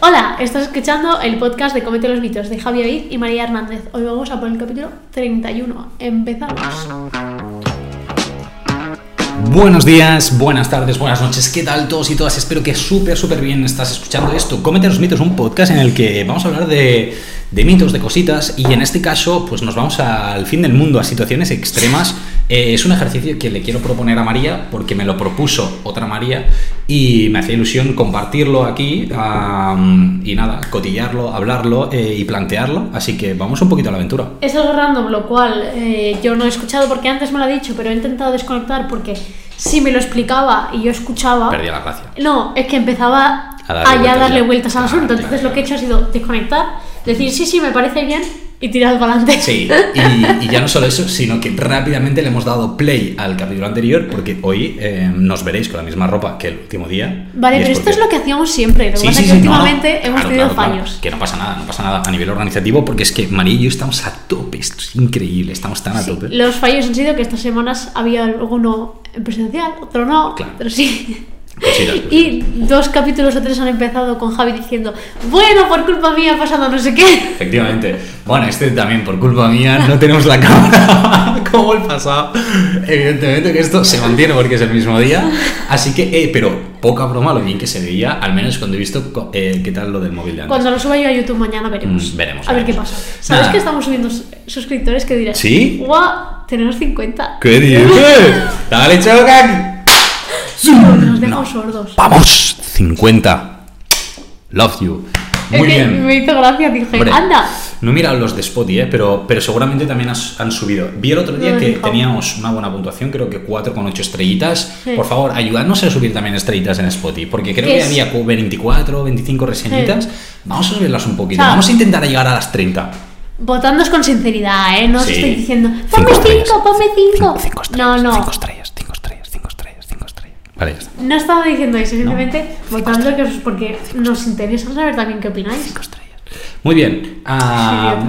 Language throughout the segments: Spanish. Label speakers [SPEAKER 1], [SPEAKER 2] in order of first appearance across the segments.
[SPEAKER 1] Hola, estás escuchando el podcast de Comete los mitos de Javier David y María Hernández. Hoy vamos a por el capítulo 31. Empezamos.
[SPEAKER 2] Buenos días, buenas tardes, buenas noches, ¿qué tal todos y todas? Espero que súper, súper bien estás escuchando esto. Comete los mitos, un podcast en el que vamos a hablar de, de mitos, de cositas, y en este caso, pues nos vamos al fin del mundo, a situaciones extremas. Eh, es un ejercicio que le quiero proponer a María, porque me lo propuso otra María, y me hacía ilusión compartirlo aquí, am, y nada, cotillarlo, hablarlo eh, y plantearlo, así que vamos un poquito a la aventura.
[SPEAKER 1] Es algo random, lo cual eh, yo no he escuchado porque antes me lo ha dicho, pero he intentado desconectar porque si me lo explicaba y yo escuchaba...
[SPEAKER 2] Perdí la gracia.
[SPEAKER 1] No, es que empezaba
[SPEAKER 2] A
[SPEAKER 1] a,
[SPEAKER 2] darle
[SPEAKER 1] ya
[SPEAKER 2] vueltas
[SPEAKER 1] darle
[SPEAKER 2] ya.
[SPEAKER 1] vueltas al
[SPEAKER 2] Ah,
[SPEAKER 1] asunto.
[SPEAKER 2] claro,
[SPEAKER 1] Entonces lo que he
[SPEAKER 2] claro.
[SPEAKER 1] hecho ha sido desconectar, decir sí, sí, me parece bien y tirar para adelante.
[SPEAKER 2] Sí, y, y ya no solo eso, sino que rápidamente le hemos dado play al capítulo anterior porque hoy eh, nos veréis con la misma ropa que el último día.
[SPEAKER 1] Vale,
[SPEAKER 2] Y
[SPEAKER 1] pero esto
[SPEAKER 2] porque-
[SPEAKER 1] es lo que hacíamos siempre. Lo que
[SPEAKER 2] Sí,
[SPEAKER 1] pasa
[SPEAKER 2] sí,
[SPEAKER 1] es
[SPEAKER 2] sí,
[SPEAKER 1] que
[SPEAKER 2] no, no.
[SPEAKER 1] últimamente hemos
[SPEAKER 2] Claro,
[SPEAKER 1] tenido
[SPEAKER 2] claro, claro,
[SPEAKER 1] fallos.
[SPEAKER 2] que no pasa nada, no pasa nada a nivel organizativo porque es que María y yo estamos a tope, esto es increíble, estamos tan a
[SPEAKER 1] Sí,
[SPEAKER 2] Ah, tope.
[SPEAKER 1] los fallos han sido que estas semanas había alguno en presencial, otro no,
[SPEAKER 2] Claro.
[SPEAKER 1] pero sí.
[SPEAKER 2] Cositas, cositas.
[SPEAKER 1] Y dos capítulos o tres han empezado con Javi diciendo, bueno, por culpa mía ha pasado no sé qué.
[SPEAKER 2] Efectivamente. Bueno, este también, por culpa mía, no tenemos la cámara como el pasado. Evidentemente que esto se mantiene porque es el mismo día. Así que, eh, pero poca broma lo bien que se veía, al menos cuando he visto co- eh, qué tal lo del móvil de antes.
[SPEAKER 1] Cuando lo suba yo a YouTube mañana veremos.
[SPEAKER 2] Mm, veremos,
[SPEAKER 1] A ver qué
[SPEAKER 2] veremos.
[SPEAKER 1] pasa. ¿Sabes
[SPEAKER 2] Nada.
[SPEAKER 1] que estamos subiendo sus- suscriptores que dirás?
[SPEAKER 2] ¿Sí?
[SPEAKER 1] ¡Guau! Tenemos 50.
[SPEAKER 2] ¿Qué dices? ¡Dale, Chocan!
[SPEAKER 1] Nos dejo
[SPEAKER 2] No.
[SPEAKER 1] sordos.
[SPEAKER 2] ¡Vamos! 50. Love you.
[SPEAKER 1] es
[SPEAKER 2] Muy
[SPEAKER 1] que
[SPEAKER 2] bien.
[SPEAKER 1] me hizo gracia, dije,
[SPEAKER 2] Hombre,
[SPEAKER 1] anda.
[SPEAKER 2] No he mirado los de Spotify, eh, pero, pero seguramente también has- han subido. Vi el otro día
[SPEAKER 1] No,
[SPEAKER 2] que
[SPEAKER 1] no.
[SPEAKER 2] teníamos una buena puntuación, creo que 4,8 estrellitas.
[SPEAKER 1] Sí.
[SPEAKER 2] Por favor, ayudadnos a subir también estrellitas en Spotify, porque creo
[SPEAKER 1] Que
[SPEAKER 2] que
[SPEAKER 1] es-
[SPEAKER 2] había como 24, 25 reseñitas.
[SPEAKER 1] Sí.
[SPEAKER 2] Vamos a subirlas un poquito.
[SPEAKER 1] Claro.
[SPEAKER 2] Vamos a intentar llegar a las 30.
[SPEAKER 1] Votándonos con sinceridad, ¿eh? No os
[SPEAKER 2] Sí.
[SPEAKER 1] estoy diciendo,
[SPEAKER 2] Cinco
[SPEAKER 1] ponme
[SPEAKER 2] estrellas.
[SPEAKER 1] 5, ponme 5.
[SPEAKER 2] Cinco- cinco
[SPEAKER 1] No,
[SPEAKER 2] estrellas,
[SPEAKER 1] no.
[SPEAKER 2] cinco estrellas, 5 estrellas, 5 estrellas, 5 estrellas. Vale, ya está.
[SPEAKER 1] No estaba diciendo eso, simplemente
[SPEAKER 2] Cinco
[SPEAKER 1] votando que os- porque nos interesa saber también qué opináis.
[SPEAKER 2] Cinco estrellas. Muy bien. ah,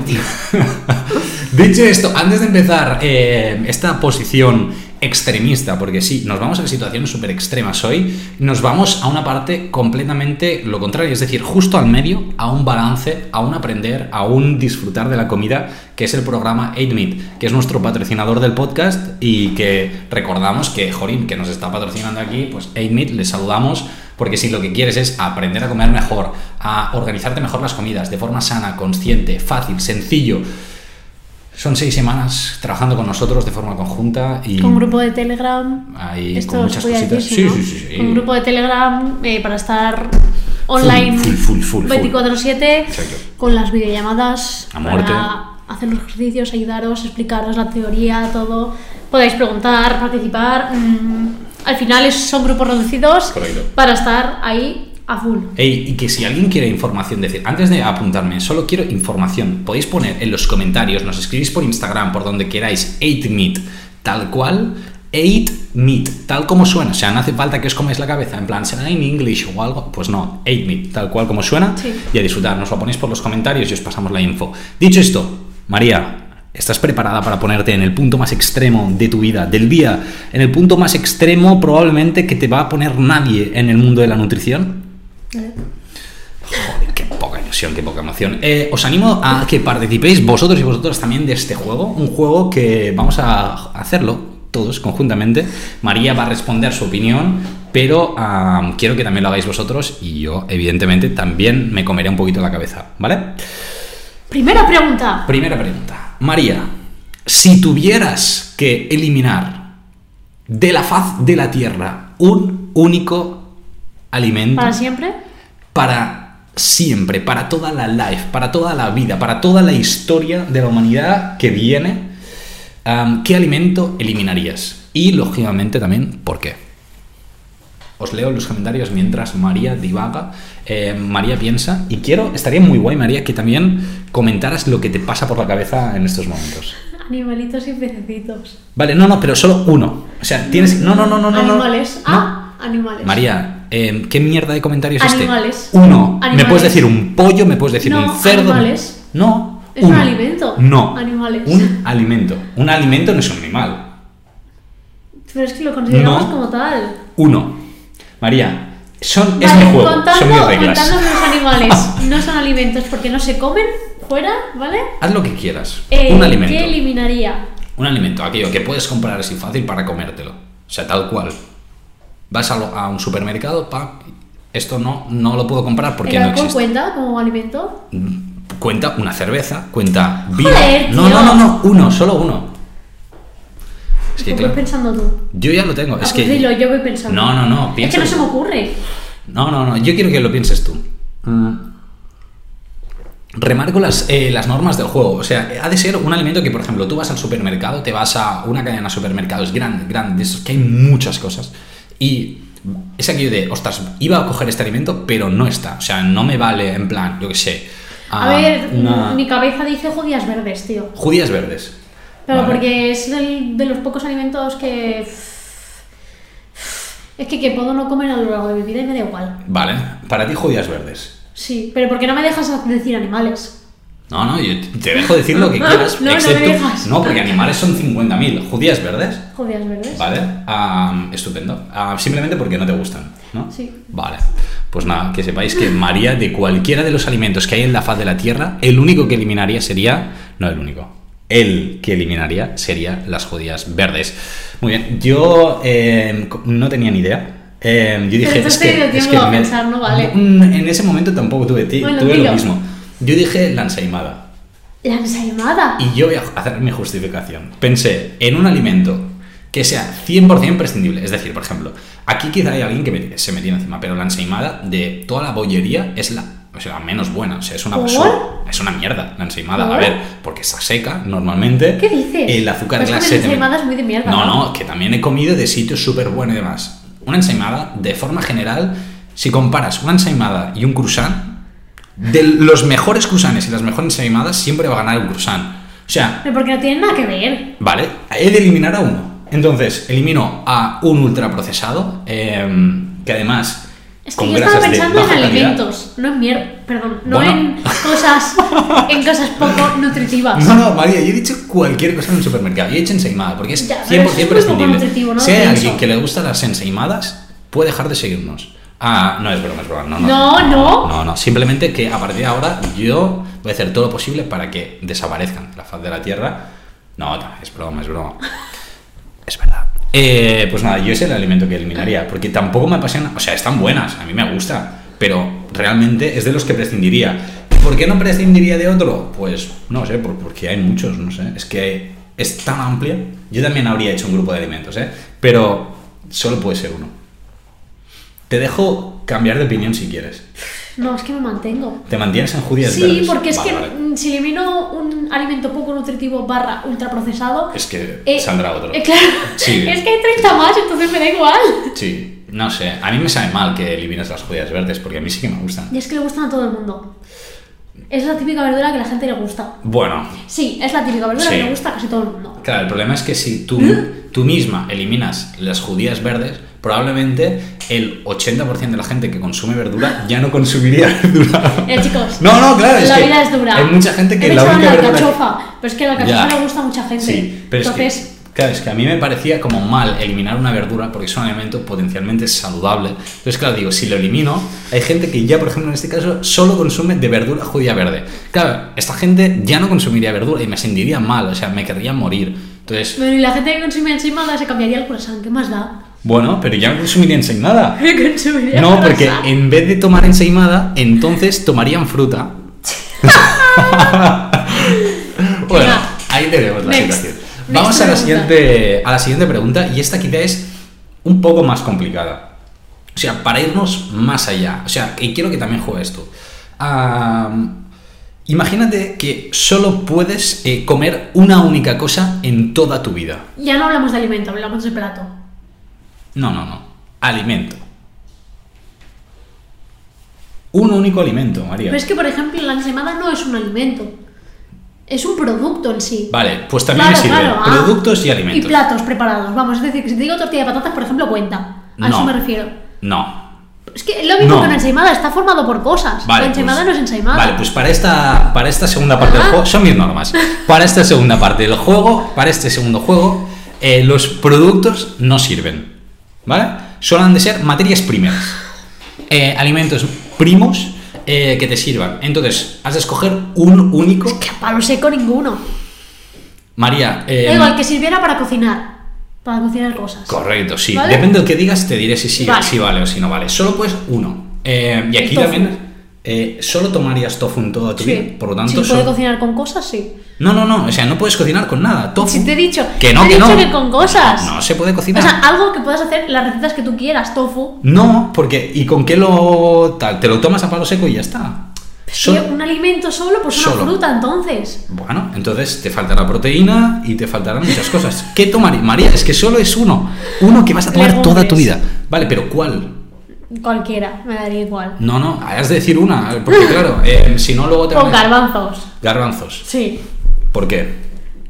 [SPEAKER 2] dicho esto, antes de empezar eh, esta posición extremista, porque sí, nos vamos a situaciones súper extremas hoy, nos vamos a una parte completamente lo contrario, es decir, justo al medio, a un balance, a un aprender, a un disfrutar de la comida, que es el programa 8Meat, que es nuestro patrocinador del podcast y que recordamos que, Jorín, que nos está patrocinando aquí, pues 8Meat, les saludamos. Porque si lo que quieres es aprender a comer mejor, a organizarte mejor las comidas de forma sana, consciente, fácil, sencillo, son seis semanas trabajando con nosotros de forma conjunta y
[SPEAKER 1] Con grupo de Telegram.
[SPEAKER 2] Ahí,
[SPEAKER 1] esto os
[SPEAKER 2] con muchas
[SPEAKER 1] voy a
[SPEAKER 2] cositas.
[SPEAKER 1] decir,
[SPEAKER 2] Sí,
[SPEAKER 1] ¿no?
[SPEAKER 2] sí, sí, sí.
[SPEAKER 1] Con grupo de Telegram eh, para estar online
[SPEAKER 2] full, full, full, full.
[SPEAKER 1] 24-7,
[SPEAKER 2] Exacto.
[SPEAKER 1] con las videollamadas,
[SPEAKER 2] A muerte.
[SPEAKER 1] para hacer los ejercicios, ayudaros, explicaros la teoría, todo. Podéis preguntar, participar. mm, al final es- son grupos reducidos
[SPEAKER 2] Correcto.
[SPEAKER 1] para estar ahí a full.
[SPEAKER 2] Ey, y que si alguien quiere información, decir, antes de apuntarme, solo quiero información, podéis poner en los comentarios, nos escribís por Instagram, por donde queráis, 8meat, tal cual, 8meat, tal como suena, o sea, no hace falta que os comáis la cabeza, en plan, será en English o algo, pues no, 8meat, tal cual como suena,
[SPEAKER 1] Sí.
[SPEAKER 2] y a disfrutar, nos lo ponéis por los comentarios y os pasamos la info. Dicho esto, María... ¿Estás preparada para ponerte en el punto más extremo de tu vida, del día? ¿En el punto más extremo probablemente que te va a poner nadie en el mundo de la nutrición? Joder, qué poca ilusión, qué poca emoción. Eh, os animo a que participéis vosotros y vosotras también de este juego. Un juego que vamos a hacerlo todos conjuntamente. María va a responder su opinión, pero am, quiero que también lo hagáis vosotros y yo, evidentemente, también me comeré un poquito la cabeza, ¿vale?
[SPEAKER 1] Primera pregunta.
[SPEAKER 2] Primera pregunta. María, si tuvieras que eliminar de la faz de la Tierra un único alimento
[SPEAKER 1] ¿Para siempre?
[SPEAKER 2] para siempre, para toda la life, para toda la vida, para toda la historia de la humanidad que viene, am, ¿qué alimento eliminarías? Y lógicamente también, ¿por qué? Os leo los comentarios mientras María divaga, eh, María piensa, y quiero, estaría muy guay, María, que también comentaras lo que te pasa por la cabeza en estos momentos.
[SPEAKER 1] Animalitos y pececitos.
[SPEAKER 2] Vale, no, no, pero solo uno. O sea, tienes... No, no, no, no, no. no.
[SPEAKER 1] Animales.
[SPEAKER 2] No.
[SPEAKER 1] Ah, animales.
[SPEAKER 2] María, eh, ¿qué mierda de comentarios es
[SPEAKER 1] Animales.
[SPEAKER 2] este? Uno.
[SPEAKER 1] Animales.
[SPEAKER 2] ¿Me puedes decir un pollo? ¿Me puedes decir
[SPEAKER 1] No,
[SPEAKER 2] un cerdo?
[SPEAKER 1] animales.
[SPEAKER 2] No.
[SPEAKER 1] Es un
[SPEAKER 2] uno.
[SPEAKER 1] alimento.
[SPEAKER 2] No.
[SPEAKER 1] Animales.
[SPEAKER 2] Un alimento. Un alimento no es un animal.
[SPEAKER 1] Pero es que lo consideramos
[SPEAKER 2] No.
[SPEAKER 1] como tal.
[SPEAKER 2] Uno. María, Son,
[SPEAKER 1] Vale,
[SPEAKER 2] es mi juego,
[SPEAKER 1] contando,
[SPEAKER 2] son mis reglas.
[SPEAKER 1] contando que los animales no son alimentos porque no se comen fuera, ¿vale?
[SPEAKER 2] Haz lo que quieras.
[SPEAKER 1] Eh,
[SPEAKER 2] un alimento.
[SPEAKER 1] ¿Qué eliminaría?
[SPEAKER 2] Un alimento, aquello que puedes comprar así fácil para comértelo. O sea, tal cual. Vas a, lo- a un supermercado, pa, esto no, no lo puedo comprar porque
[SPEAKER 1] ¿El
[SPEAKER 2] no
[SPEAKER 1] alcohol
[SPEAKER 2] existe.
[SPEAKER 1] cuenta como alimento?
[SPEAKER 2] Cuenta una cerveza, cuenta vino.
[SPEAKER 1] Joder,
[SPEAKER 2] no,
[SPEAKER 1] tío.
[SPEAKER 2] no, no, no, uno, solo uno. Es que
[SPEAKER 1] ¿Qué
[SPEAKER 2] claro,
[SPEAKER 1] Pues voy pensando tú?
[SPEAKER 2] yo ya lo tengo. Es
[SPEAKER 1] Ah, pues dilo,
[SPEAKER 2] que,
[SPEAKER 1] yo voy pensando.
[SPEAKER 2] No, no, no,
[SPEAKER 1] Es que
[SPEAKER 2] piensa
[SPEAKER 1] no
[SPEAKER 2] tú.
[SPEAKER 1] se me ocurre.
[SPEAKER 2] no, no, no, yo quiero que lo pienses tú. Remarco las, eh, las normas del juego. O sea, ha de ser un alimento que, por ejemplo, tú vas al supermercado, te vas a una cadena de supermercados grande, grande, de esos que hay muchas cosas. Y es aquello de, ostras, iba a coger este alimento, pero no está. O sea, no me vale, en plan, yo qué sé.
[SPEAKER 1] A
[SPEAKER 2] ah,
[SPEAKER 1] ver,
[SPEAKER 2] una-
[SPEAKER 1] mi cabeza dice judías verdes, tío.
[SPEAKER 2] Judías verdes.
[SPEAKER 1] Claro,
[SPEAKER 2] Vale.
[SPEAKER 1] porque es el- de los pocos alimentos que. Es que, que puedo no comer a lo largo de mi vida y me da igual.
[SPEAKER 2] Vale, para ti judías verdes.
[SPEAKER 1] Sí, pero porque no me dejas decir animales.
[SPEAKER 2] No, no, yo te dejo decir lo que quieras.
[SPEAKER 1] No, no me
[SPEAKER 2] excepto-
[SPEAKER 1] dejas.
[SPEAKER 2] No, porque animales son 50.000. Judías verdes.
[SPEAKER 1] Judías verdes.
[SPEAKER 2] Vale, ah, estupendo. Ah, simplemente porque no te gustan, ¿no?
[SPEAKER 1] Sí.
[SPEAKER 2] Vale. Pues nada, que sepáis que María, de cualquiera de los alimentos que hay en la faz de la Tierra, el único que eliminaría sería. No el único. El que eliminaría sería las judías verdes. Muy bien, yo eh, co- no tenía ni idea. Eh, yo dije,
[SPEAKER 1] Pero
[SPEAKER 2] es
[SPEAKER 1] entonces
[SPEAKER 2] que,
[SPEAKER 1] te dio
[SPEAKER 2] es
[SPEAKER 1] tiempo
[SPEAKER 2] que
[SPEAKER 1] a pensar, ¿no? Vale.
[SPEAKER 2] Mm, En ese momento tampoco tuve, ti-
[SPEAKER 1] Bueno,
[SPEAKER 2] tuve
[SPEAKER 1] dilo.
[SPEAKER 2] lo mismo. Yo dije la ensaimada.
[SPEAKER 1] La ensaimada.
[SPEAKER 2] Y yo voy a hacer mi justificación. Pensé en un alimento que sea 100% prescindible. Es decir, por ejemplo, aquí quizá hay alguien que me- se me tiene encima, pero la ensaimada de toda la bollería es la, o sea, la menos buena. O sea, es una
[SPEAKER 1] ¿Por?
[SPEAKER 2] basura. Es una mierda la ensaimada. A
[SPEAKER 1] ¿Por?
[SPEAKER 2] ver, porque está seca normalmente.
[SPEAKER 1] ¿Qué dices?
[SPEAKER 2] El
[SPEAKER 1] Pero
[SPEAKER 2] azúcar de
[SPEAKER 1] es
[SPEAKER 2] la
[SPEAKER 1] que la
[SPEAKER 2] seta-
[SPEAKER 1] ensaimada es muy de mierda,
[SPEAKER 2] No,
[SPEAKER 1] ¿no?
[SPEAKER 2] no, que también he comido de sitios súper buenos y demás. Una ensaimada, de forma general, si comparas una ensaimada y un croissant, de los mejores cruzanes y las mejores ensaimadas siempre va a ganar el cruzán. O sea,
[SPEAKER 1] Pero porque no tienen nada que ver.
[SPEAKER 2] vale, he de eliminar a uno. Entonces, elimino a un ultraprocesado, eh, que además.
[SPEAKER 1] Es que
[SPEAKER 2] con
[SPEAKER 1] yo estaba
[SPEAKER 2] grasas de
[SPEAKER 1] pensando en
[SPEAKER 2] baja calidad-
[SPEAKER 1] alimentos, no en mierda, perdón, no
[SPEAKER 2] Bueno.
[SPEAKER 1] en cosas en cosas poco nutritivas.
[SPEAKER 2] No, no, María, yo he dicho cualquier cosa en el supermercado. Yo he hecho ensaimada porque es
[SPEAKER 1] Ya,
[SPEAKER 2] 100%
[SPEAKER 1] pero eso es muy poco nutritivo,
[SPEAKER 2] prescindible.
[SPEAKER 1] ¿no?
[SPEAKER 2] Si hay
[SPEAKER 1] Pienso.
[SPEAKER 2] alguien que le gustan las ensaimadas, puede dejar de seguirnos. Ah, no es broma, es broma. No, no.
[SPEAKER 1] No, no.
[SPEAKER 2] No, no. Simplemente que a partir de ahora yo voy a hacer todo lo posible para que desaparezcan de la faz de la tierra. No, no, es broma, es broma. Es verdad. Eh, pues nada, yo es el alimento que eliminaría, porque tampoco me apasiona. O sea, están buenas, a mí me gusta, pero realmente es de los que prescindiría. ¿Y ¿Por qué no prescindiría de otro? Pues no sé, por- porque hay muchos, no sé. Es que es tan amplia. Yo también habría hecho un grupo de alimentos, ¿eh? Pero solo puede ser uno. Te dejo cambiar de opinión si quieres.
[SPEAKER 1] No, es que me mantengo.
[SPEAKER 2] ¿Te mantienes en judías
[SPEAKER 1] Sí,
[SPEAKER 2] verdes?
[SPEAKER 1] porque es
[SPEAKER 2] Vale,
[SPEAKER 1] que
[SPEAKER 2] vale.
[SPEAKER 1] mm, si elimino un alimento poco nutritivo barra ultraprocesado...
[SPEAKER 2] Es que
[SPEAKER 1] eh,
[SPEAKER 2] saldrá otro.
[SPEAKER 1] eh, claro,
[SPEAKER 2] Sí.
[SPEAKER 1] es que hay 30 más, entonces me da igual.
[SPEAKER 2] Sí, no sé. A mí me sabe mal que elimines las judías verdes, porque a mí sí que me gustan.
[SPEAKER 1] Y es que le gustan a todo el mundo. Es la típica verdura que a la gente le gusta.
[SPEAKER 2] Bueno,
[SPEAKER 1] Sí, es la típica verdura
[SPEAKER 2] Sí.
[SPEAKER 1] que le gusta a casi todo el mundo.
[SPEAKER 2] Claro, el problema es que si tú,
[SPEAKER 1] ¿Mm?
[SPEAKER 2] tú misma eliminas las judías verdes, probablemente el 80% de la gente que consume verdura ya no consumiría verdura.
[SPEAKER 1] Eh, chicos,
[SPEAKER 2] No, no, claro, es
[SPEAKER 1] la
[SPEAKER 2] que
[SPEAKER 1] vida es dura.
[SPEAKER 2] hay mucha gente que
[SPEAKER 1] He
[SPEAKER 2] la
[SPEAKER 1] pensado en
[SPEAKER 2] única
[SPEAKER 1] la
[SPEAKER 2] verdura que-
[SPEAKER 1] alcachofa, pero es que la alcachofa
[SPEAKER 2] Ya.
[SPEAKER 1] le gusta a mucha gente.
[SPEAKER 2] Sí, pero
[SPEAKER 1] entonces...
[SPEAKER 2] es que, claro, es que a mí me parecía como mal eliminar una verdura porque es un alimento potencialmente saludable. Entonces, claro, digo, si lo elimino, hay gente que ya, por ejemplo, en este caso, solo consume de verdura judía verde. Claro, esta gente ya no consumiría verdura y me sentiría mal, o sea, me querría morir. Entonces,
[SPEAKER 1] Bueno, y la gente que consume ensaimada se cambiaría el croissant, ¿qué más da?
[SPEAKER 2] bueno, pero ya no consumiría ensaimada.
[SPEAKER 1] Que consumiría
[SPEAKER 2] No, porque
[SPEAKER 1] croissant.
[SPEAKER 2] en vez de tomar ensaimada, entonces tomarían fruta. bueno,
[SPEAKER 1] Venga.
[SPEAKER 2] ahí tenemos la
[SPEAKER 1] Next.
[SPEAKER 2] situación.
[SPEAKER 1] Next
[SPEAKER 2] Vamos a la,
[SPEAKER 1] pregunta.
[SPEAKER 2] siguiente, a la siguiente pregunta y esta quizá es un poco más complicada. O sea, para irnos más allá. O sea, y quiero que también juegues tú. Am, imagínate que solo puedes eh, comer una única cosa en toda tu vida.
[SPEAKER 1] Ya no hablamos de alimento, hablamos de plato.
[SPEAKER 2] No, no, no. Alimento. Un único alimento, María.
[SPEAKER 1] Pero es que, por ejemplo, la ensaimada no es un alimento. Es un producto en sí.
[SPEAKER 2] Vale, pues también me sirve.
[SPEAKER 1] ah.
[SPEAKER 2] Productos y alimentos.
[SPEAKER 1] Y platos preparados. Vamos, es decir, que si te digo tortilla de patatas, por ejemplo, cuenta. A
[SPEAKER 2] No.
[SPEAKER 1] eso me refiero.
[SPEAKER 2] No.
[SPEAKER 1] Es que es lo mismo
[SPEAKER 2] No.
[SPEAKER 1] que una ensaimada, está formado por cosas.
[SPEAKER 2] Vale.
[SPEAKER 1] la ensaimada
[SPEAKER 2] pues-
[SPEAKER 1] no es ensaimada. Ah.
[SPEAKER 2] Vale, pues para esta, para esta segunda parte del
[SPEAKER 1] Ajá.
[SPEAKER 2] juego. Son mis normas. Para esta segunda parte del juego, para este segundo juego, eh, los productos no sirven. ¿Vale? Solo han de ser materias primeras. eh, alimentos primos eh, que te sirvan. Entonces, has de escoger un único.
[SPEAKER 1] Que a palo seco ninguno.
[SPEAKER 2] María. eh,
[SPEAKER 1] Da igual, que sirviera para cocinar. Para cocinar cosas.
[SPEAKER 2] Correcto, sí.
[SPEAKER 1] ¿Vale?
[SPEAKER 2] Depende del que digas, te diré si sí,
[SPEAKER 1] Vale.
[SPEAKER 2] si vale o si no vale. Solo pues uno. Eh, y aquí
[SPEAKER 1] Tofu.
[SPEAKER 2] también. eh, solo tomarías tofu en toda tu vida,
[SPEAKER 1] Sí.
[SPEAKER 2] por lo tanto.
[SPEAKER 1] Si se puede
[SPEAKER 2] solo-
[SPEAKER 1] cocinar con cosas, sí.
[SPEAKER 2] No, no, no, o sea, no puedes cocinar con nada. Tofu.
[SPEAKER 1] Si te he dicho.
[SPEAKER 2] Que no,
[SPEAKER 1] te he
[SPEAKER 2] que
[SPEAKER 1] dicho
[SPEAKER 2] no.
[SPEAKER 1] que con cosas.
[SPEAKER 2] No, se puede
[SPEAKER 1] o
[SPEAKER 2] cocinar.
[SPEAKER 1] sea, algo que puedas hacer las recetas que tú quieras, tofu.
[SPEAKER 2] no, porque ¿y con qué lo tal? Te lo tomas a palo seco y ya está.
[SPEAKER 1] Pues Sí,
[SPEAKER 2] Solo-
[SPEAKER 1] eh, un alimento solo, pues una
[SPEAKER 2] Solo.
[SPEAKER 1] fruta, entonces.
[SPEAKER 2] Bueno, entonces te faltará proteína y te faltarán muchas cosas. ¿Qué tomarías? María, es que solo es uno. Uno que vas a tomar toda tu
[SPEAKER 1] Legumbres.
[SPEAKER 2] vida. Vale, pero ¿cuál?
[SPEAKER 1] Cualquiera, me daría igual.
[SPEAKER 2] No, no, has de decir una, porque claro, eh, si no luego te van
[SPEAKER 1] Con
[SPEAKER 2] a-
[SPEAKER 1] garbanzos.
[SPEAKER 2] Garbanzos.
[SPEAKER 1] Sí.
[SPEAKER 2] ¿Por qué?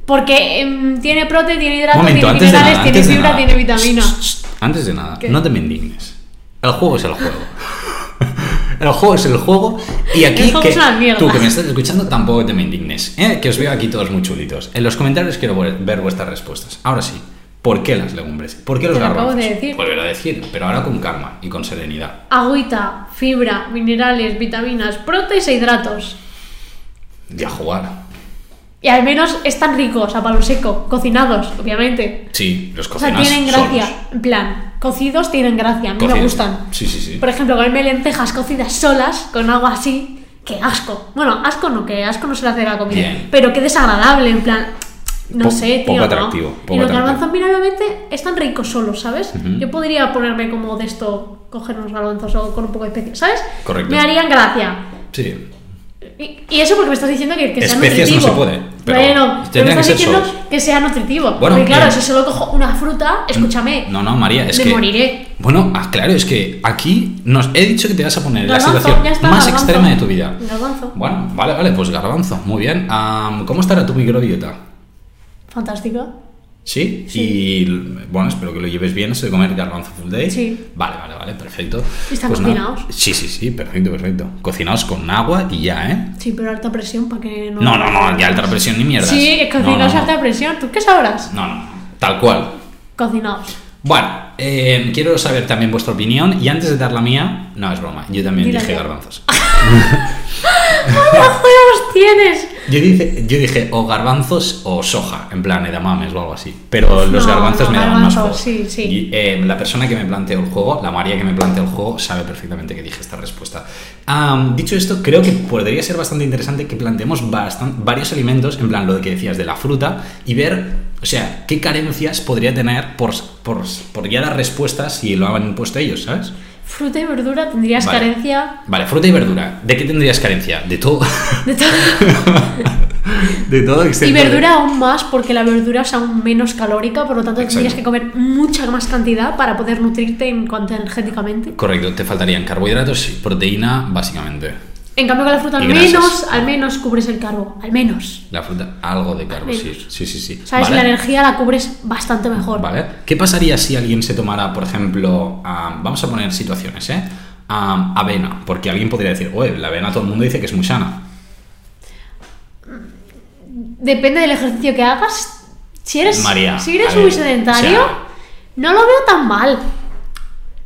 [SPEAKER 1] Porque em, tiene prote, tiene
[SPEAKER 2] Un
[SPEAKER 1] hidratos,
[SPEAKER 2] momento,
[SPEAKER 1] tiene
[SPEAKER 2] antes de
[SPEAKER 1] minerales,
[SPEAKER 2] nada.
[SPEAKER 1] tiene
[SPEAKER 2] antes de
[SPEAKER 1] fibra,
[SPEAKER 2] nada.
[SPEAKER 1] tiene vitamina.
[SPEAKER 2] Shh, shh, shh. Antes de nada,
[SPEAKER 1] ¿Qué?
[SPEAKER 2] no te me indignes. El juego es el juego. El juego es el juego y aquí
[SPEAKER 1] El juego
[SPEAKER 2] que
[SPEAKER 1] es una mierda.
[SPEAKER 2] tú que me estás escuchando tampoco te me indignes, ¿eh? que os veo aquí todos muy chulitos. En los comentarios quiero ver ver vuestras respuestas. Ahora sí, ¿por qué las legumbres? ¿Por qué los
[SPEAKER 1] Te lo acabo
[SPEAKER 2] garbanzos?
[SPEAKER 1] de decir.
[SPEAKER 2] Volver a decir, pero ahora con calma y con serenidad.
[SPEAKER 1] Agüita, fibra, minerales, vitaminas, protes e hidratos.
[SPEAKER 2] Y a jugar.
[SPEAKER 1] Y al menos están ricos, a palo seco, cocinados, obviamente.
[SPEAKER 2] Sí, los
[SPEAKER 1] O sea,
[SPEAKER 2] cocinas
[SPEAKER 1] tienen gracia.
[SPEAKER 2] solos.
[SPEAKER 1] En plan, cocidos tienen gracia, a mí me
[SPEAKER 2] Cocidos.
[SPEAKER 1] gustan.
[SPEAKER 2] Sí, sí, sí.
[SPEAKER 1] Por ejemplo, comerme lentejas cocidas solas con agua así, que asco. Bueno, asco no, que asco no se le hace a la comida.
[SPEAKER 2] Bien.
[SPEAKER 1] Pero qué desagradable, en plan. No
[SPEAKER 2] Po-
[SPEAKER 1] sé, tío.
[SPEAKER 2] poco
[SPEAKER 1] ¿no?
[SPEAKER 2] atractivo, poco
[SPEAKER 1] y los
[SPEAKER 2] atractivo.
[SPEAKER 1] garbanzos, mira, obviamente, están ricos solos, ¿sabes?
[SPEAKER 2] Ujú.
[SPEAKER 1] Yo podría ponerme como de esto, coger unos garbanzos o con un poco de especias, ¿sabes?
[SPEAKER 2] Correcto.
[SPEAKER 1] Me harían gracia.
[SPEAKER 2] Sí.
[SPEAKER 1] Y, y eso porque me estás diciendo que, que sea
[SPEAKER 2] Especias no
[SPEAKER 1] nutritivo.
[SPEAKER 2] se puede, pero
[SPEAKER 1] bueno, pero me
[SPEAKER 2] tendrían que
[SPEAKER 1] estás
[SPEAKER 2] ser
[SPEAKER 1] diciendo
[SPEAKER 2] solos.
[SPEAKER 1] que sea nutritivo.
[SPEAKER 2] Bueno,
[SPEAKER 1] porque claro,
[SPEAKER 2] bien. Mm,
[SPEAKER 1] si solo cojo una fruta, escúchame.
[SPEAKER 2] No, no, María, es
[SPEAKER 1] me
[SPEAKER 2] que.
[SPEAKER 1] moriré.
[SPEAKER 2] Bueno, ah, claro, es que aquí nos he dicho que te vas a poner en la
[SPEAKER 1] Garbanzo,
[SPEAKER 2] situación
[SPEAKER 1] ya está,
[SPEAKER 2] más
[SPEAKER 1] garbanzo.
[SPEAKER 2] extrema de tu vida.
[SPEAKER 1] Garbanzo.
[SPEAKER 2] Bueno, vale, vale, pues garbanzo, muy bien. Am, ¿Cómo estará tu microbiota?
[SPEAKER 1] Fantástico.
[SPEAKER 2] ¿Sí?
[SPEAKER 1] Sí.
[SPEAKER 2] Y bueno, espero que lo lleves bien, eso de comer garbanzo full day.
[SPEAKER 1] Sí.
[SPEAKER 2] Vale, vale, vale, perfecto. Pues
[SPEAKER 1] ¿Y están
[SPEAKER 2] nada.
[SPEAKER 1] cocinados?
[SPEAKER 2] Sí, sí, sí, perfecto, perfecto. Cocinados con agua y ya, ¿eh?
[SPEAKER 1] Sí, pero alta presión para que no.
[SPEAKER 2] No, no, no, ni alta presión ni mierda.
[SPEAKER 1] Sí, es
[SPEAKER 2] no, no,
[SPEAKER 1] cocinados a
[SPEAKER 2] no.
[SPEAKER 1] alta presión. ¿Tú qué sabrás?
[SPEAKER 2] no, no, tal cual.
[SPEAKER 1] Cocinados.
[SPEAKER 2] Bueno, eh, quiero saber también vuestra opinión y antes de dar la mía, no es broma, yo también
[SPEAKER 1] Dila
[SPEAKER 2] dije
[SPEAKER 1] ya.
[SPEAKER 2] garbanzos.
[SPEAKER 1] ¡Ah, ¡Qué juegos tienes!
[SPEAKER 2] Yo dije, yo dije o garbanzos o soja, en plan edamames o algo así. Pero los
[SPEAKER 1] No,
[SPEAKER 2] garbanzos
[SPEAKER 1] no,
[SPEAKER 2] me daban
[SPEAKER 1] garbanzos,
[SPEAKER 2] más juego.
[SPEAKER 1] sí, sí.
[SPEAKER 2] Y, eh, la persona que me planteó el juego, la María que me planteó el juego, sabe perfectamente que dije esta respuesta. Am, dicho esto, creo que podría ser bastante interesante que planteemos bastan- varios alimentos, en plan lo de que decías de la fruta, y ver, o sea, qué carencias podría tener por, por, por ya dar respuestas si lo han puesto ellos, ¿sabes?
[SPEAKER 1] Fruta y verdura tendrías
[SPEAKER 2] Vale.
[SPEAKER 1] carencia
[SPEAKER 2] Vale, fruta y verdura. ¿De qué tendrías carencia? De todo.
[SPEAKER 1] de todo.
[SPEAKER 2] De todo
[SPEAKER 1] Y
[SPEAKER 2] excepto de-
[SPEAKER 1] verdura aún más, porque la verdura es aún menos calórica, por lo tanto tendrías
[SPEAKER 2] Exacto.
[SPEAKER 1] que comer mucha más cantidad para poder nutrirte en cuanto energéticamente.
[SPEAKER 2] Correcto, te faltarían carbohidratos y proteína, básicamente.
[SPEAKER 1] En cambio con la fruta al
[SPEAKER 2] Y grasas.
[SPEAKER 1] menos, al menos cubres el carbo, al menos.
[SPEAKER 2] La fruta, algo de carbo, sí,
[SPEAKER 1] Menos.
[SPEAKER 2] sí, sí. sí.
[SPEAKER 1] ¿Sabes? La energía la cubres bastante mejor.
[SPEAKER 2] Vale. ¿Qué pasaría si alguien se tomara, por ejemplo, am, vamos a poner situaciones, ¿eh? Am, avena, porque alguien podría decir, oye, la avena todo el mundo dice que es muy sana.
[SPEAKER 1] Depende del ejercicio que hagas. Si eres,
[SPEAKER 2] María,
[SPEAKER 1] si eres
[SPEAKER 2] a ver,
[SPEAKER 1] muy sedentario,
[SPEAKER 2] o sea-
[SPEAKER 1] no lo veo tan mal.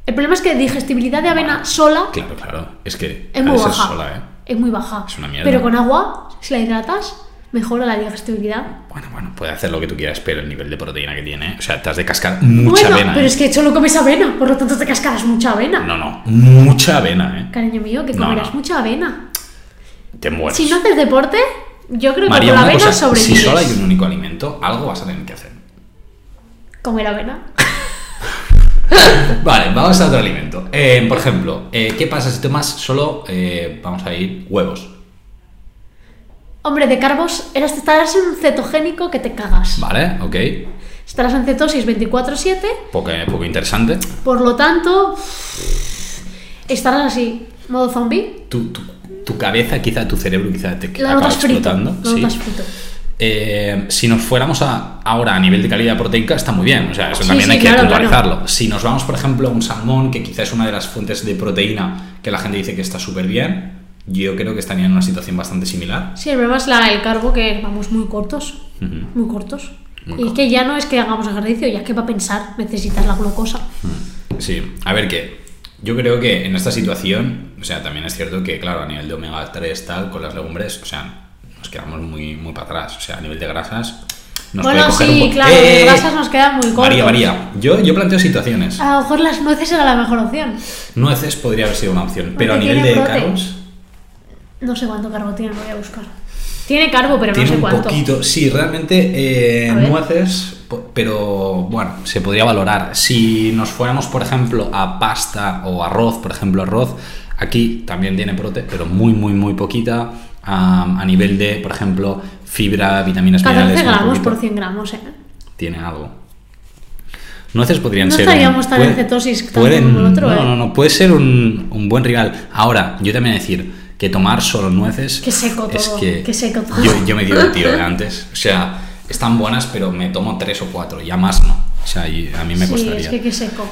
[SPEAKER 1] El problema es que digestibilidad de avena sola
[SPEAKER 2] Claro, claro, es que
[SPEAKER 1] es
[SPEAKER 2] ha
[SPEAKER 1] muy
[SPEAKER 2] de ser
[SPEAKER 1] baja.
[SPEAKER 2] sola, ¿eh?
[SPEAKER 1] Es muy baja.
[SPEAKER 2] Es una mierda.
[SPEAKER 1] Pero con agua, si la hidratas, mejora la digestibilidad.
[SPEAKER 2] Bueno, bueno, puede hacer lo que tú quieras, pero el nivel de proteína que tiene, o sea, te has de cascar mucha
[SPEAKER 1] bueno,
[SPEAKER 2] avena.
[SPEAKER 1] pero
[SPEAKER 2] ¿eh?
[SPEAKER 1] es que solo comes avena, por lo tanto te cascaras mucha avena.
[SPEAKER 2] No, no, mucha avena, ¿eh?
[SPEAKER 1] Cariño mío, que
[SPEAKER 2] No,
[SPEAKER 1] comerás
[SPEAKER 2] no.
[SPEAKER 1] mucha avena.
[SPEAKER 2] Te mueres.
[SPEAKER 1] Si no haces deporte, yo creo
[SPEAKER 2] María,
[SPEAKER 1] que con
[SPEAKER 2] una
[SPEAKER 1] la avena
[SPEAKER 2] cosa, si
[SPEAKER 1] sobrevives.
[SPEAKER 2] solo hay un único alimento, algo vas a tener que hacer.
[SPEAKER 1] Comer avena.
[SPEAKER 2] Vale, vamos a otro alimento. Eh, por ejemplo, eh, ¿qué pasa si tomas solo, eh, vamos a ir, huevos?
[SPEAKER 1] Hombre, de carbos, eres- estarás en un cetogénico que te cagas.
[SPEAKER 2] Vale, ok.
[SPEAKER 1] Estarás en cetosis 24-7,
[SPEAKER 2] Poco, eh, poco interesante.
[SPEAKER 1] por lo tanto, estarás así, modo zombie.
[SPEAKER 2] Tu, tu, tu cabeza, quizá tu cerebro, quizá te
[SPEAKER 1] La
[SPEAKER 2] acaba
[SPEAKER 1] notas frito.
[SPEAKER 2] explotando.
[SPEAKER 1] La
[SPEAKER 2] sí.
[SPEAKER 1] notas frito.
[SPEAKER 2] Eh, si nos fuéramos a, ahora a nivel de calidad proteica, está muy bien. O sea, eso
[SPEAKER 1] Sí,
[SPEAKER 2] también
[SPEAKER 1] sí,
[SPEAKER 2] hay que
[SPEAKER 1] claro,
[SPEAKER 2] puntualizarlo. Si nos vamos, por ejemplo, a un salmón, que quizá es una de las fuentes de proteína que la gente dice que está súper bien, yo creo que estaría en una situación bastante similar.
[SPEAKER 1] Sí, el problema es la- el carbo que vamos muy cortos. Muy cortos.
[SPEAKER 2] Mm. Muy
[SPEAKER 1] y es que ya no es que hagamos ejercicio, ya que va a pensar, necesitas la glucosa.
[SPEAKER 2] Sí, a ver qué. Yo creo que en esta situación, o sea, también es cierto que, claro, a nivel de omega 3 tal, con las legumbres, o sea, nos quedamos muy, muy para atrás. O sea, a nivel de grasas, nos
[SPEAKER 1] bueno,
[SPEAKER 2] puede coger
[SPEAKER 1] sí,
[SPEAKER 2] un po-
[SPEAKER 1] claro,
[SPEAKER 2] ¡Eh, eh,
[SPEAKER 1] las
[SPEAKER 2] eh!
[SPEAKER 1] grasas nos quedan muy Ah. cortas.
[SPEAKER 2] Varía, varía. Yo, yo planteo situaciones.
[SPEAKER 1] A lo mejor las nueces era la mejor opción.
[SPEAKER 2] Nueces podría haber sido una opción, pero a
[SPEAKER 1] Porque
[SPEAKER 2] nivel
[SPEAKER 1] tiene
[SPEAKER 2] de
[SPEAKER 1] prote.
[SPEAKER 2] cargos,
[SPEAKER 1] No sé cuánto carbo tiene, lo voy a buscar. Tiene carbo, pero
[SPEAKER 2] tiene
[SPEAKER 1] no sé
[SPEAKER 2] un
[SPEAKER 1] cuánto.
[SPEAKER 2] poquito. Sí, realmente eh,
[SPEAKER 1] A ver.
[SPEAKER 2] nueces, po- pero bueno, se podría valorar. Si nos fuéramos, por ejemplo, a pasta o arroz, por ejemplo, arroz, aquí también tiene prote, pero muy, muy, muy poquita. am, a nivel de, por ejemplo, fibra, vitaminas,
[SPEAKER 1] 14
[SPEAKER 2] minerales. muy
[SPEAKER 1] gramos
[SPEAKER 2] poquito.
[SPEAKER 1] por 100 gramos, ¿eh?
[SPEAKER 2] Tiene algo. Nueces podrían
[SPEAKER 1] No
[SPEAKER 2] ser.
[SPEAKER 1] estaríamos tan en
[SPEAKER 2] puede-
[SPEAKER 1] cetosis tanto
[SPEAKER 2] pueden-
[SPEAKER 1] como el otro,
[SPEAKER 2] no,
[SPEAKER 1] ¿eh?
[SPEAKER 2] no, no, puede ser un, un buen rival. Ahora, yo también decir que tomar solo nueces.
[SPEAKER 1] Qué seco
[SPEAKER 2] es
[SPEAKER 1] todo,
[SPEAKER 2] que
[SPEAKER 1] qué seco todo.
[SPEAKER 2] Yo, yo me dio el tiro de antes. O sea, están buenas, pero me tomo tres o cuatro, ya más no. O sea, y a mí me
[SPEAKER 1] sí,
[SPEAKER 2] costaría.
[SPEAKER 1] es que qué seco.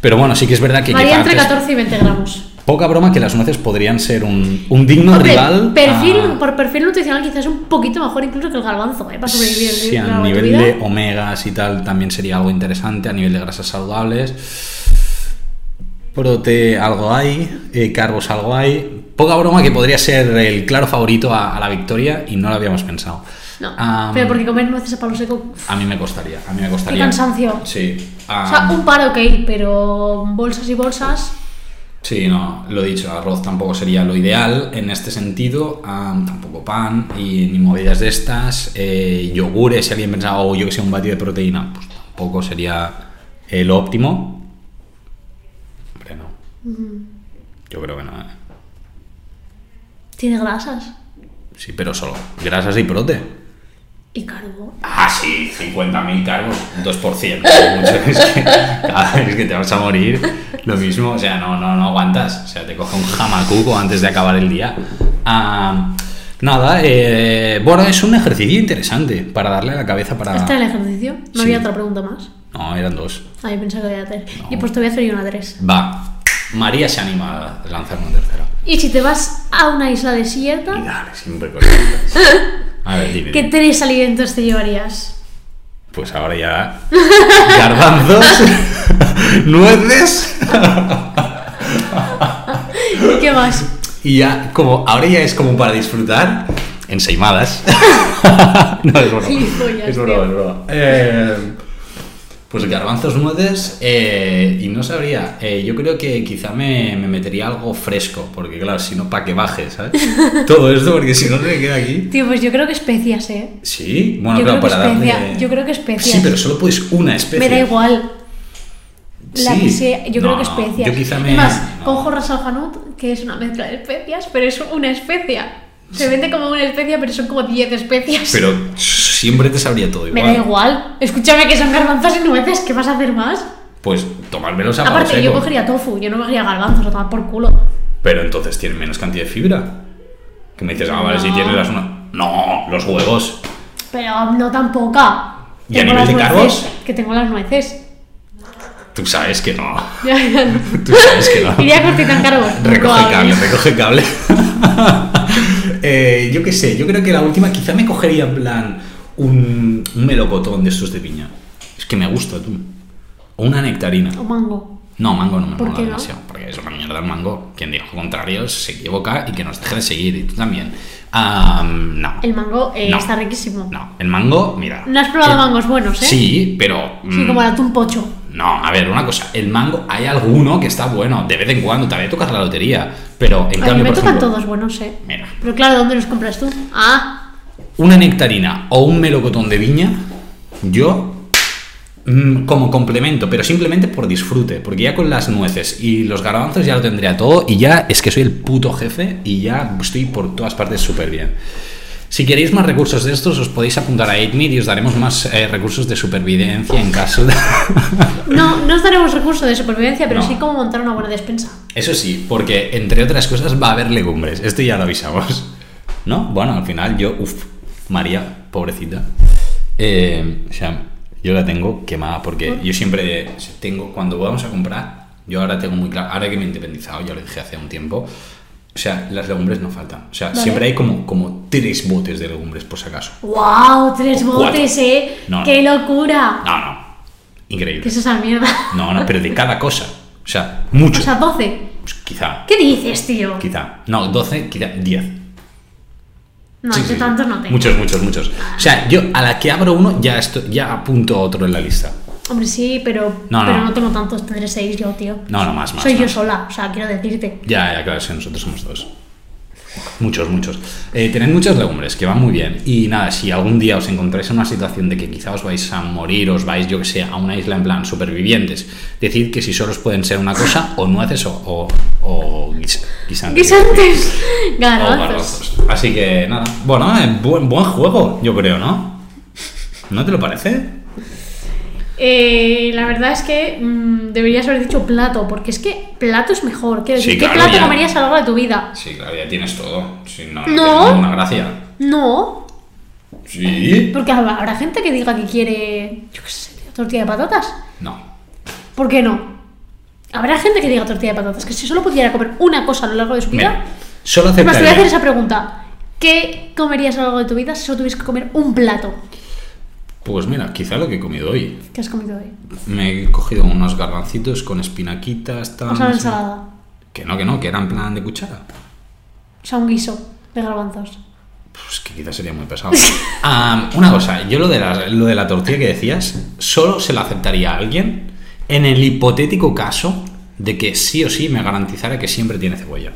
[SPEAKER 2] Pero bueno, sí que es verdad que.
[SPEAKER 1] Varía
[SPEAKER 2] quizá
[SPEAKER 1] entre
[SPEAKER 2] antes-
[SPEAKER 1] 14 y 20 gramos.
[SPEAKER 2] Poca broma que las nueces podrían ser un, un digno
[SPEAKER 1] Hombre,
[SPEAKER 2] rival. Ah.
[SPEAKER 1] perfil,
[SPEAKER 2] a-
[SPEAKER 1] Por perfil nutricional quizás es un poquito mejor incluso que el garbanzo, ¿eh? Para sobrevivir
[SPEAKER 2] Sí, a
[SPEAKER 1] largo tu
[SPEAKER 2] nivel
[SPEAKER 1] vida.
[SPEAKER 2] de omegas y tal también sería algo interesante, a nivel de grasas saludables. Prote algo hay, eh, carbos algo hay. Poca broma que podría ser el claro favorito a, a la victoria y no lo habíamos pensado.
[SPEAKER 1] No,
[SPEAKER 2] Am,
[SPEAKER 1] pero porque comer nueces a palo seco... uf.
[SPEAKER 2] A mí me costaría, a mí me costaría.
[SPEAKER 1] cansancio.
[SPEAKER 2] Sí.
[SPEAKER 1] O sea,
[SPEAKER 2] am,
[SPEAKER 1] un par ok, pero bolsas y bolsas...
[SPEAKER 2] Sí, no, lo dicho, arroz tampoco sería lo ideal en este sentido, am, tampoco pan y ni movidas de estas, eh, yogures, si alguien pensaba, o yo que sé, un batido de proteína, pues tampoco sería eh, lo óptimo. Hombre, no. Yo creo que no. eh.
[SPEAKER 1] Tiene grasas
[SPEAKER 2] Sí, pero solo grasas y prote.
[SPEAKER 1] y carbo.
[SPEAKER 2] Ah, sí, 50.000 cargos, 2%. como mucho, es que cada vez que te vas a morir, lo mismo, o sea, no, no, no aguantas. O sea, te coge un jamacuco antes de acabar el día. Ah, nada, eh, bueno, es un ejercicio interesante para darle a la cabeza para...
[SPEAKER 1] ¿Este era el ejercicio? No
[SPEAKER 2] Ah. Sí.
[SPEAKER 1] había otra pregunta más.
[SPEAKER 2] No, eran dos.
[SPEAKER 1] Ah, yo pensaba que había tres. Y pues te voy a hacer yo una tres.
[SPEAKER 2] Va, María se anima a lanzar una tercera.
[SPEAKER 1] Y si te vas a una isla desierta,
[SPEAKER 2] Y dale, siempre con esto. A ver, dime.
[SPEAKER 1] ¿qué tres alimentos te llevarías?
[SPEAKER 2] Pues ahora ya. Garbanzos, nueces.
[SPEAKER 1] ¿Y qué más?
[SPEAKER 2] Y ya, como ahora ya es como para disfrutar, ensaimadas. no, es broma.
[SPEAKER 1] Gilipollas,
[SPEAKER 2] es broma,
[SPEAKER 1] tío.
[SPEAKER 2] es broma. Eh, pues garbanzos nueces eh, y no sabría. Eh, yo creo que quizá me, me metería algo fresco, porque claro, si no, pa' que baje, ¿sabes? Todo esto, porque si no, se me queda aquí.
[SPEAKER 1] Tío, pues yo creo que especias, ¿eh?
[SPEAKER 2] Sí, bueno,
[SPEAKER 1] Yo
[SPEAKER 2] claro,
[SPEAKER 1] creo que
[SPEAKER 2] para
[SPEAKER 1] especia-
[SPEAKER 2] darle...
[SPEAKER 1] yo creo que especias.
[SPEAKER 2] Sí, pero solo puedes una especie.
[SPEAKER 1] Me da igual. La
[SPEAKER 2] Sí.
[SPEAKER 1] que sea, yo
[SPEAKER 2] No,
[SPEAKER 1] creo que
[SPEAKER 2] no,
[SPEAKER 1] especias.
[SPEAKER 2] Yo quizá me...
[SPEAKER 1] Es Más,
[SPEAKER 2] no.
[SPEAKER 1] con jorras al Hanut, que es una mezcla de especias, pero es una especia. Se vende como una especia, pero son como 10 especias.
[SPEAKER 2] Pero siempre te sabría todo
[SPEAKER 1] Me
[SPEAKER 2] igual.
[SPEAKER 1] da igual. Escúchame que son garbanzos y nueces, ¿qué vas a hacer más?
[SPEAKER 2] Pues tomármelos a palo
[SPEAKER 1] Aparte, yo
[SPEAKER 2] seco.
[SPEAKER 1] cogería tofu, yo no cogería garbanzos a tomar por culo.
[SPEAKER 2] Pero entonces tienen menos cantidad de fibra. Que me dices, ah, vale, si
[SPEAKER 1] No.
[SPEAKER 2] tienes las una. No, los huevos.
[SPEAKER 1] Pero no tan poca.
[SPEAKER 2] ¿Y a
[SPEAKER 1] Tengo
[SPEAKER 2] nivel
[SPEAKER 1] las
[SPEAKER 2] de
[SPEAKER 1] nueces,
[SPEAKER 2] carbos?
[SPEAKER 1] Que tengo las nueces.
[SPEAKER 2] Tú sabes que no.
[SPEAKER 1] Ya, ya no.
[SPEAKER 2] Tú sabes que no.
[SPEAKER 1] Iría cortita en carbos.
[SPEAKER 2] Recoge cable,
[SPEAKER 1] Probable.
[SPEAKER 2] recoge cable. Eh, yo qué sé, yo creo que la última quizá me cogería en plan un, un melocotón de estos de piña. Es que me gusta, tú. O una nectarina.
[SPEAKER 1] O mango.
[SPEAKER 2] No, mango no me
[SPEAKER 1] ¿Por
[SPEAKER 2] mola
[SPEAKER 1] qué no?
[SPEAKER 2] demasiado. Porque es una mierda el mango. Quien diga lo contrario se equivoca y que nos deje de seguir. Y tú también. Ah, no.
[SPEAKER 1] El mango eh,
[SPEAKER 2] No.
[SPEAKER 1] está riquísimo.
[SPEAKER 2] No, el mango, mira.
[SPEAKER 1] ¿No has probado
[SPEAKER 2] el-
[SPEAKER 1] mangos buenos, eh?
[SPEAKER 2] Sí, pero.
[SPEAKER 1] Sí,
[SPEAKER 2] mm,
[SPEAKER 1] como el atún pocho.
[SPEAKER 2] No, a ver, una cosa. El mango, hay alguno que está bueno. De vez en cuando, también tocas la lotería. Pero en
[SPEAKER 1] A mí
[SPEAKER 2] cambio.
[SPEAKER 1] me
[SPEAKER 2] por
[SPEAKER 1] tocan
[SPEAKER 2] ejemplo,
[SPEAKER 1] todos buenos, eh.
[SPEAKER 2] Mira.
[SPEAKER 1] Pero claro, ¿dónde los compras tú? Ah,
[SPEAKER 2] Una nectarina o un melocotón de viña, yo. mm, Como complemento, pero simplemente por disfrute, porque ya con las nueces y los garbanzos ya lo tendría todo y ya es que soy el puto jefe y ya estoy por todas partes súper bien. Si queréis más recursos de estos, os podéis apuntar a 8 y os daremos más eh, recursos de supervivencia en caso de...
[SPEAKER 1] no, no os daremos recursos de supervivencia, pero
[SPEAKER 2] No.
[SPEAKER 1] sí como montar una buena despensa.
[SPEAKER 2] Eso sí, porque entre otras cosas va a haber legumbres. Esto ya lo avisamos. ¿No? Bueno, al final yo, uff, María, pobrecita. Eh, o sea, yo la tengo quemada porque yo siempre tengo, cuando vamos a comprar, yo ahora tengo muy claro, ahora que me he independizado, ya lo dije hace un tiempo, o sea, las legumbres no faltan. O sea,
[SPEAKER 1] Vale.
[SPEAKER 2] siempre hay como, como tres botes de legumbres por si acaso.
[SPEAKER 1] ¡Wow! Tres
[SPEAKER 2] O cuatro.
[SPEAKER 1] botes, eh.
[SPEAKER 2] No, no.
[SPEAKER 1] ¡Qué locura!
[SPEAKER 2] No, no.
[SPEAKER 1] ¿Qué
[SPEAKER 2] Increíble.
[SPEAKER 1] es esa mierda?
[SPEAKER 2] No, no, pero de cada cosa. O sea, mucho.
[SPEAKER 1] O sea, 12.
[SPEAKER 2] Pues quizá,
[SPEAKER 1] ¿Qué dices, tío?
[SPEAKER 2] quizá. No, 12, quizá 10.
[SPEAKER 1] No,
[SPEAKER 2] Sí,
[SPEAKER 1] yo
[SPEAKER 2] sí, sí.
[SPEAKER 1] tantos no tengo.
[SPEAKER 2] Muchos, muchos, muchos. O sea, yo a la que abro uno ya, esto- ya apunto otro en la lista.
[SPEAKER 1] Hombre, sí, pero
[SPEAKER 2] No,
[SPEAKER 1] pero
[SPEAKER 2] no.
[SPEAKER 1] no tengo tantos, tendré 6 yo, tío.
[SPEAKER 2] No, no, más, más.
[SPEAKER 1] Soy yo
[SPEAKER 2] más.
[SPEAKER 1] sola, o sea, quiero decirte.
[SPEAKER 2] Ya, ya, claro, es que nosotros somos dos. Muchos, muchos. Eh, tened muchas legumbres, que van muy bien. Y nada, si algún día os encontráis en una situación de que quizá os vais a morir, os vais, yo que sé, a una isla en plan supervivientes, decid que si solos pueden ser una cosa, o nueces o, o, o guis- guisantes.
[SPEAKER 1] Guisantes.
[SPEAKER 2] O
[SPEAKER 1] Garbanzos.
[SPEAKER 2] garbanzos. Así que nada. Bueno, eh, buen, buen juego, yo creo, ¿no? ¿No te lo parece?
[SPEAKER 1] Eh, la verdad es que mm, deberías haber dicho plato, porque es que plato es mejor. Quiero
[SPEAKER 2] Sí,
[SPEAKER 1] decir,
[SPEAKER 2] claro,
[SPEAKER 1] ¿qué plato
[SPEAKER 2] ya.
[SPEAKER 1] comerías a lo largo de tu vida?
[SPEAKER 2] Sí, claro, ya tienes todo. Sí, no,
[SPEAKER 1] No. tiene ninguna
[SPEAKER 2] gracia.
[SPEAKER 1] No,
[SPEAKER 2] Sí.
[SPEAKER 1] porque habrá habrá gente que diga que quiere, yo qué sé, tío, tortilla de patatas.
[SPEAKER 2] No.
[SPEAKER 1] ¿Por qué no? Habrá gente que diga tortilla de patatas, que si solo pudiera comer una cosa a lo largo de su vida.
[SPEAKER 2] Mira, solo
[SPEAKER 1] Es más, te voy a hacer
[SPEAKER 2] aceptaría.
[SPEAKER 1] esa pregunta. ¿Qué comerías a lo largo de tu vida si solo tuvieses que comer un plato
[SPEAKER 2] Pues mira, quizá lo que he comido hoy.
[SPEAKER 1] que has comido hoy?
[SPEAKER 2] Me he cogido unos garbancitos con espinaquitas, tal.
[SPEAKER 1] O sea,
[SPEAKER 2] Ah, no
[SPEAKER 1] Pues una
[SPEAKER 2] sé.
[SPEAKER 1] ensalada.
[SPEAKER 2] Que no, que no, que eran plan de cuchara.
[SPEAKER 1] O sea, un guiso de garbanzos.
[SPEAKER 2] Pues que quizás sería muy pesado. Am, una cosa, yo lo de, la, lo de la tortilla que decías, solo se la aceptaría a alguien en el hipotético caso de que sí o sí me garantizara que siempre tiene cebolla.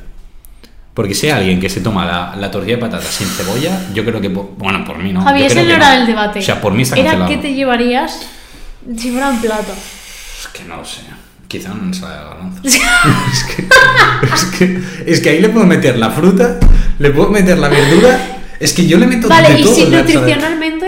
[SPEAKER 2] Porque si hay alguien que se toma la, la tortilla de patata sin cebolla, yo creo que. po- Bueno, por mí no.
[SPEAKER 1] Javi,
[SPEAKER 2] yo
[SPEAKER 1] ese
[SPEAKER 2] creo
[SPEAKER 1] no
[SPEAKER 2] que
[SPEAKER 1] era el debate.
[SPEAKER 2] O sea, por mí está
[SPEAKER 1] Era
[SPEAKER 2] cancelado.
[SPEAKER 1] qué te llevarías si fuera un plato.
[SPEAKER 2] Es que no lo sé. Quizá una ensalada de garbanzos. es, que, es, que, es que ahí le puedo meter la fruta, le puedo meter la verdura. Es que yo le meto
[SPEAKER 1] Vale,
[SPEAKER 2] de
[SPEAKER 1] y
[SPEAKER 2] todo
[SPEAKER 1] si
[SPEAKER 2] en la ensalada.
[SPEAKER 1] nutricionalmente...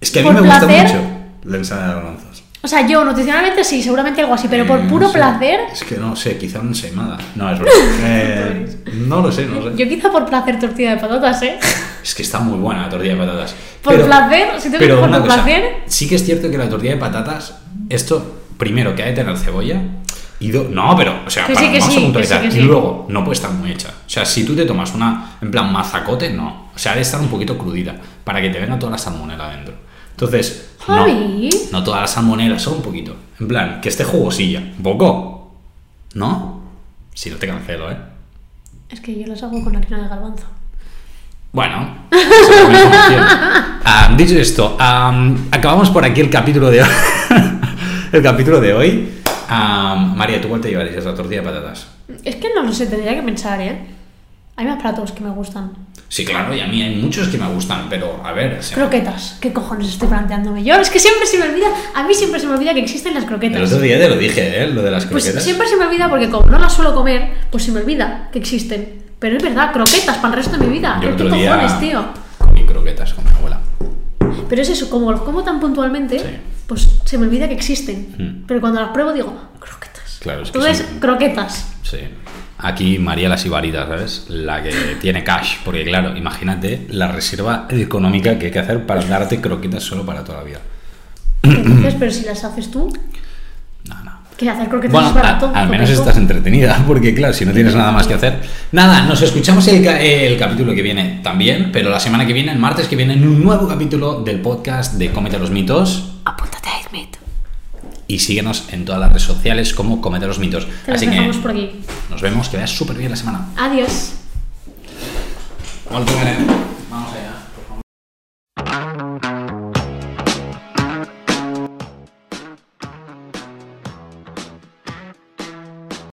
[SPEAKER 2] Es que a mí
[SPEAKER 1] por
[SPEAKER 2] me gusta
[SPEAKER 1] placer-
[SPEAKER 2] mucho la ensalada de garbanzos.
[SPEAKER 1] O sea, yo nutricionalmente sí, seguramente algo así, pero
[SPEAKER 2] Eh,
[SPEAKER 1] por
[SPEAKER 2] no
[SPEAKER 1] puro
[SPEAKER 2] sé.
[SPEAKER 1] placer...
[SPEAKER 2] Es que no sé, quizá una ensaimada. No, es verdad. Eh, no lo sé, no lo sé.
[SPEAKER 1] Yo quizá por placer tortilla de patatas, ¿eh?
[SPEAKER 2] Es que está muy buena la tortilla de patatas.
[SPEAKER 1] Por placer, si te
[SPEAKER 2] pero
[SPEAKER 1] digo por
[SPEAKER 2] una
[SPEAKER 1] tu
[SPEAKER 2] cosa,
[SPEAKER 1] placer.
[SPEAKER 2] Sí que es cierto que la tortilla de patatas, esto, primero, que ha de tener cebolla. Y do- no, pero, o sea,
[SPEAKER 1] Que
[SPEAKER 2] para-
[SPEAKER 1] sí, que
[SPEAKER 2] vamos
[SPEAKER 1] sí,
[SPEAKER 2] a
[SPEAKER 1] que
[SPEAKER 2] puntualizar.
[SPEAKER 1] sí, que sí.
[SPEAKER 2] Y luego, no puede estar muy hecha. O sea, si tú te tomas una, en plan, mazacote, no. O sea, ha de estar un poquito crudita para que te venga toda la salmonela dentro. Entonces, no,
[SPEAKER 1] Javi.
[SPEAKER 2] no todas las salmonelas son un poquito. En plan, que esté jugosilla. Un poco. ¿No? Si no te cancelo, ¿eh?
[SPEAKER 1] Es que yo los hago con harina de garbanzo.
[SPEAKER 2] Bueno, se lo mismo opción. Ah, dicho esto, am, acabamos por aquí el capítulo de hoy. el capítulo de hoy. Am, María, ¿tú cuál te llevarías la tortilla de patatas?
[SPEAKER 1] Es que no lo sé, tendría que pensar, ¿eh? Hay más platos que me gustan.
[SPEAKER 2] Sí, claro, y a mí hay muchos que me gustan, pero a ver, o sea,
[SPEAKER 1] Croquetas. ¿Qué cojones estoy planteándome yo? Es que siempre se me olvida, a mí siempre se me olvida que existen las croquetas.
[SPEAKER 2] el otro día te lo dije, ¿eh? Lo de las
[SPEAKER 1] Pues
[SPEAKER 2] croquetas.
[SPEAKER 1] siempre se me olvida porque como no las suelo comer, pues se me olvida que existen. Pero es verdad, croquetas para el resto de mi vida.
[SPEAKER 2] Yo el
[SPEAKER 1] ¿Qué
[SPEAKER 2] otro día
[SPEAKER 1] cojones, tío?
[SPEAKER 2] comí croquetas con mi abuela.
[SPEAKER 1] Pero es eso, como los como tan puntualmente,
[SPEAKER 2] Sí.
[SPEAKER 1] pues se me olvida que existen.
[SPEAKER 2] Mm.
[SPEAKER 1] Pero cuando las pruebo digo, croquetas.
[SPEAKER 2] Claro, es que
[SPEAKER 1] Entonces,
[SPEAKER 2] son-
[SPEAKER 1] croquetas.
[SPEAKER 2] Sí. Aquí María la Sibarita, ¿sabes? La que tiene cash, porque claro, imagínate la reserva económica que hay que hacer para darte croquetas solo para toda la vida.
[SPEAKER 1] Entonces, pero si las haces tú,
[SPEAKER 2] No, no.
[SPEAKER 1] que hacer croquetas
[SPEAKER 2] Bueno,
[SPEAKER 1] es
[SPEAKER 2] a-
[SPEAKER 1] barato.
[SPEAKER 2] al
[SPEAKER 1] porque
[SPEAKER 2] menos
[SPEAKER 1] tú-
[SPEAKER 2] estás entretenida, porque claro, si no tienes nada más que hacer. Nada, nos escuchamos el, ca- el capítulo que viene también, pero la semana que viene, el martes que viene, en un nuevo capítulo del podcast de Comete los Mitos.
[SPEAKER 1] Apúntate a Hitmate.
[SPEAKER 2] Y síguenos en todas las redes sociales como Comete los Mitos.
[SPEAKER 1] Te las
[SPEAKER 2] Así que
[SPEAKER 1] dejamos por aquí.
[SPEAKER 2] nos vemos, que veas súper bien la semana.
[SPEAKER 1] Adiós.
[SPEAKER 2] Molt bé.